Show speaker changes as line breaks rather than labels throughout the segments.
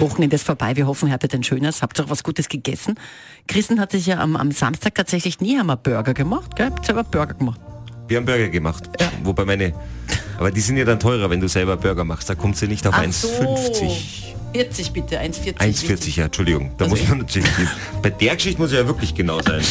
Wochenende ist vorbei. Wir hoffen, ihr hattet ein schönes. Habt ihr auch was Gutes gegessen? Christen hat sich ja am, am Samstag tatsächlich nie einmal Burger gemacht. Gell? Habt ihr selber Burger gemacht?
Wir haben Burger gemacht. Wobei meine. Aber die sind ja dann teurer, wenn du selber Burger machst. Da kommt sie nicht auf
Ach
1,50.
So. 40 bitte, 1,40.
1,40, ja, Entschuldigung. Da
Also
muss man natürlich. Bei der Geschichte muss ich ja wirklich genau sein.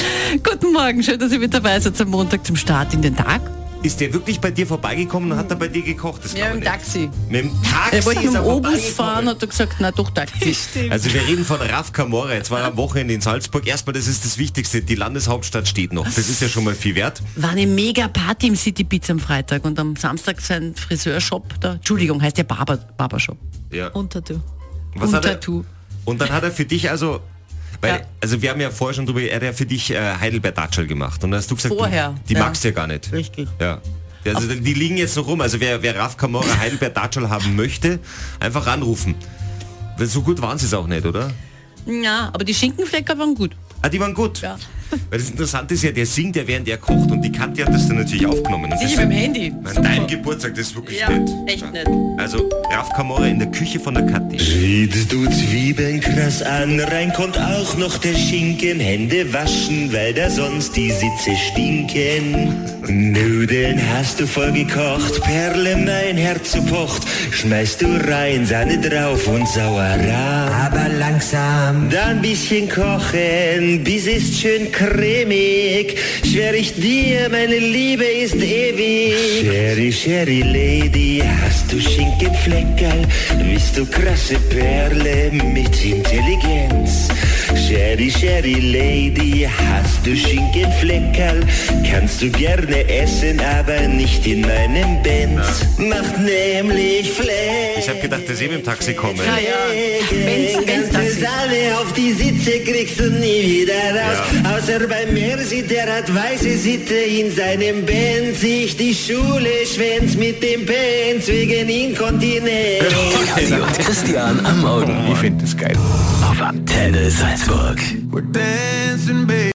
Guten Morgen, schön, dass ihr mit dabei seid am Montag zum Start in den Tag.
Ist der wirklich bei dir vorbeigekommen und hat er bei dir gekocht? Das
Ja,
kann
im
man nicht.
Taxi.
Mit dem Taxi
Er wollte
ist
mit dem
er
Obus
vorbeigekommen.
fahren, hat er gesagt, na doch Taxi.
Also wir reden von Raf Camora. Jetzt war er am Wochenende in Salzburg. Erstmal, das ist das Wichtigste. Die Landeshauptstadt steht noch. Das ist ja schon mal viel wert.
War eine mega Party im City Beats am Freitag und am Samstag sein Friseurshop da. Entschuldigung, heißt der Barber, Barbershop.
Ja.
Und Tattoo.
Was
und
hat er-
Tattoo.
Und dann hat er für dich also, weil,
Ja.
also wir haben ja vorher schon drüber, er hat ja für dich äh, Heidelberg-Datschel gemacht. Und dann hast du gesagt,
Vorher,
du, die
ja.
magst du ja gar nicht.
Richtig.
Ja. Ja, Also die liegen jetzt noch rum. Also wer, wer Raf Kamora Heidelberg-Datschel haben möchte, einfach anrufen. Weil So gut waren sie es auch nicht, oder?
Ja, aber die Schinkenflecker waren gut.
Ah, die waren gut.
Ja.
Weil das Interessante ist ja, der singt ja, während er kocht. Und die Katja hat das dann natürlich aufgenommen. Und
Sicher
das-
mit dem Handy.
Nein,
Super.
dein Geburtstag, das ist wirklich
Ja,
nett.
echt
Ja.
nett.
Also Raf Kamora in der Küche von der Kathi.
Redest du Zwiebeln krass an, rein kommt auch noch der Schinken. Hände waschen, weil da sonst die Sitze stinken. Nudeln hast du voll gekocht, Perle mein Herz so pocht. Schmeißt du rein, Sahne drauf und Sauerrahm. Aber langsam. Dann bisschen kochen, bis es schön cremig. Schwör ich dir, meine Liebe ist ewig. Sherry, Sherry Lady, hast du Schinkenfleckerl? Bist du krasse Perle mit Intelligenz? Sherry, Sherry Lady, hast du Schinkenfleckerl? Kannst du gerne essen, aber nicht in meinem Benz. Macht nämlich Fleck.
Ich hab gedacht, dass ich mit dem Taxi komme.
Ja, ja. Benz- Benz-Taxi.
Ganze Sahne auf die Sitze kriegst du nie wieder raus. Außer bei Mersi, der hat weiße Sitte in seinem Benz. Ich die Schule schwänz mit dem Benz wegen Inkontinenz.
Heidi und Christian am Morgen. Ich finde das geil. Auf Antenne Salzburg.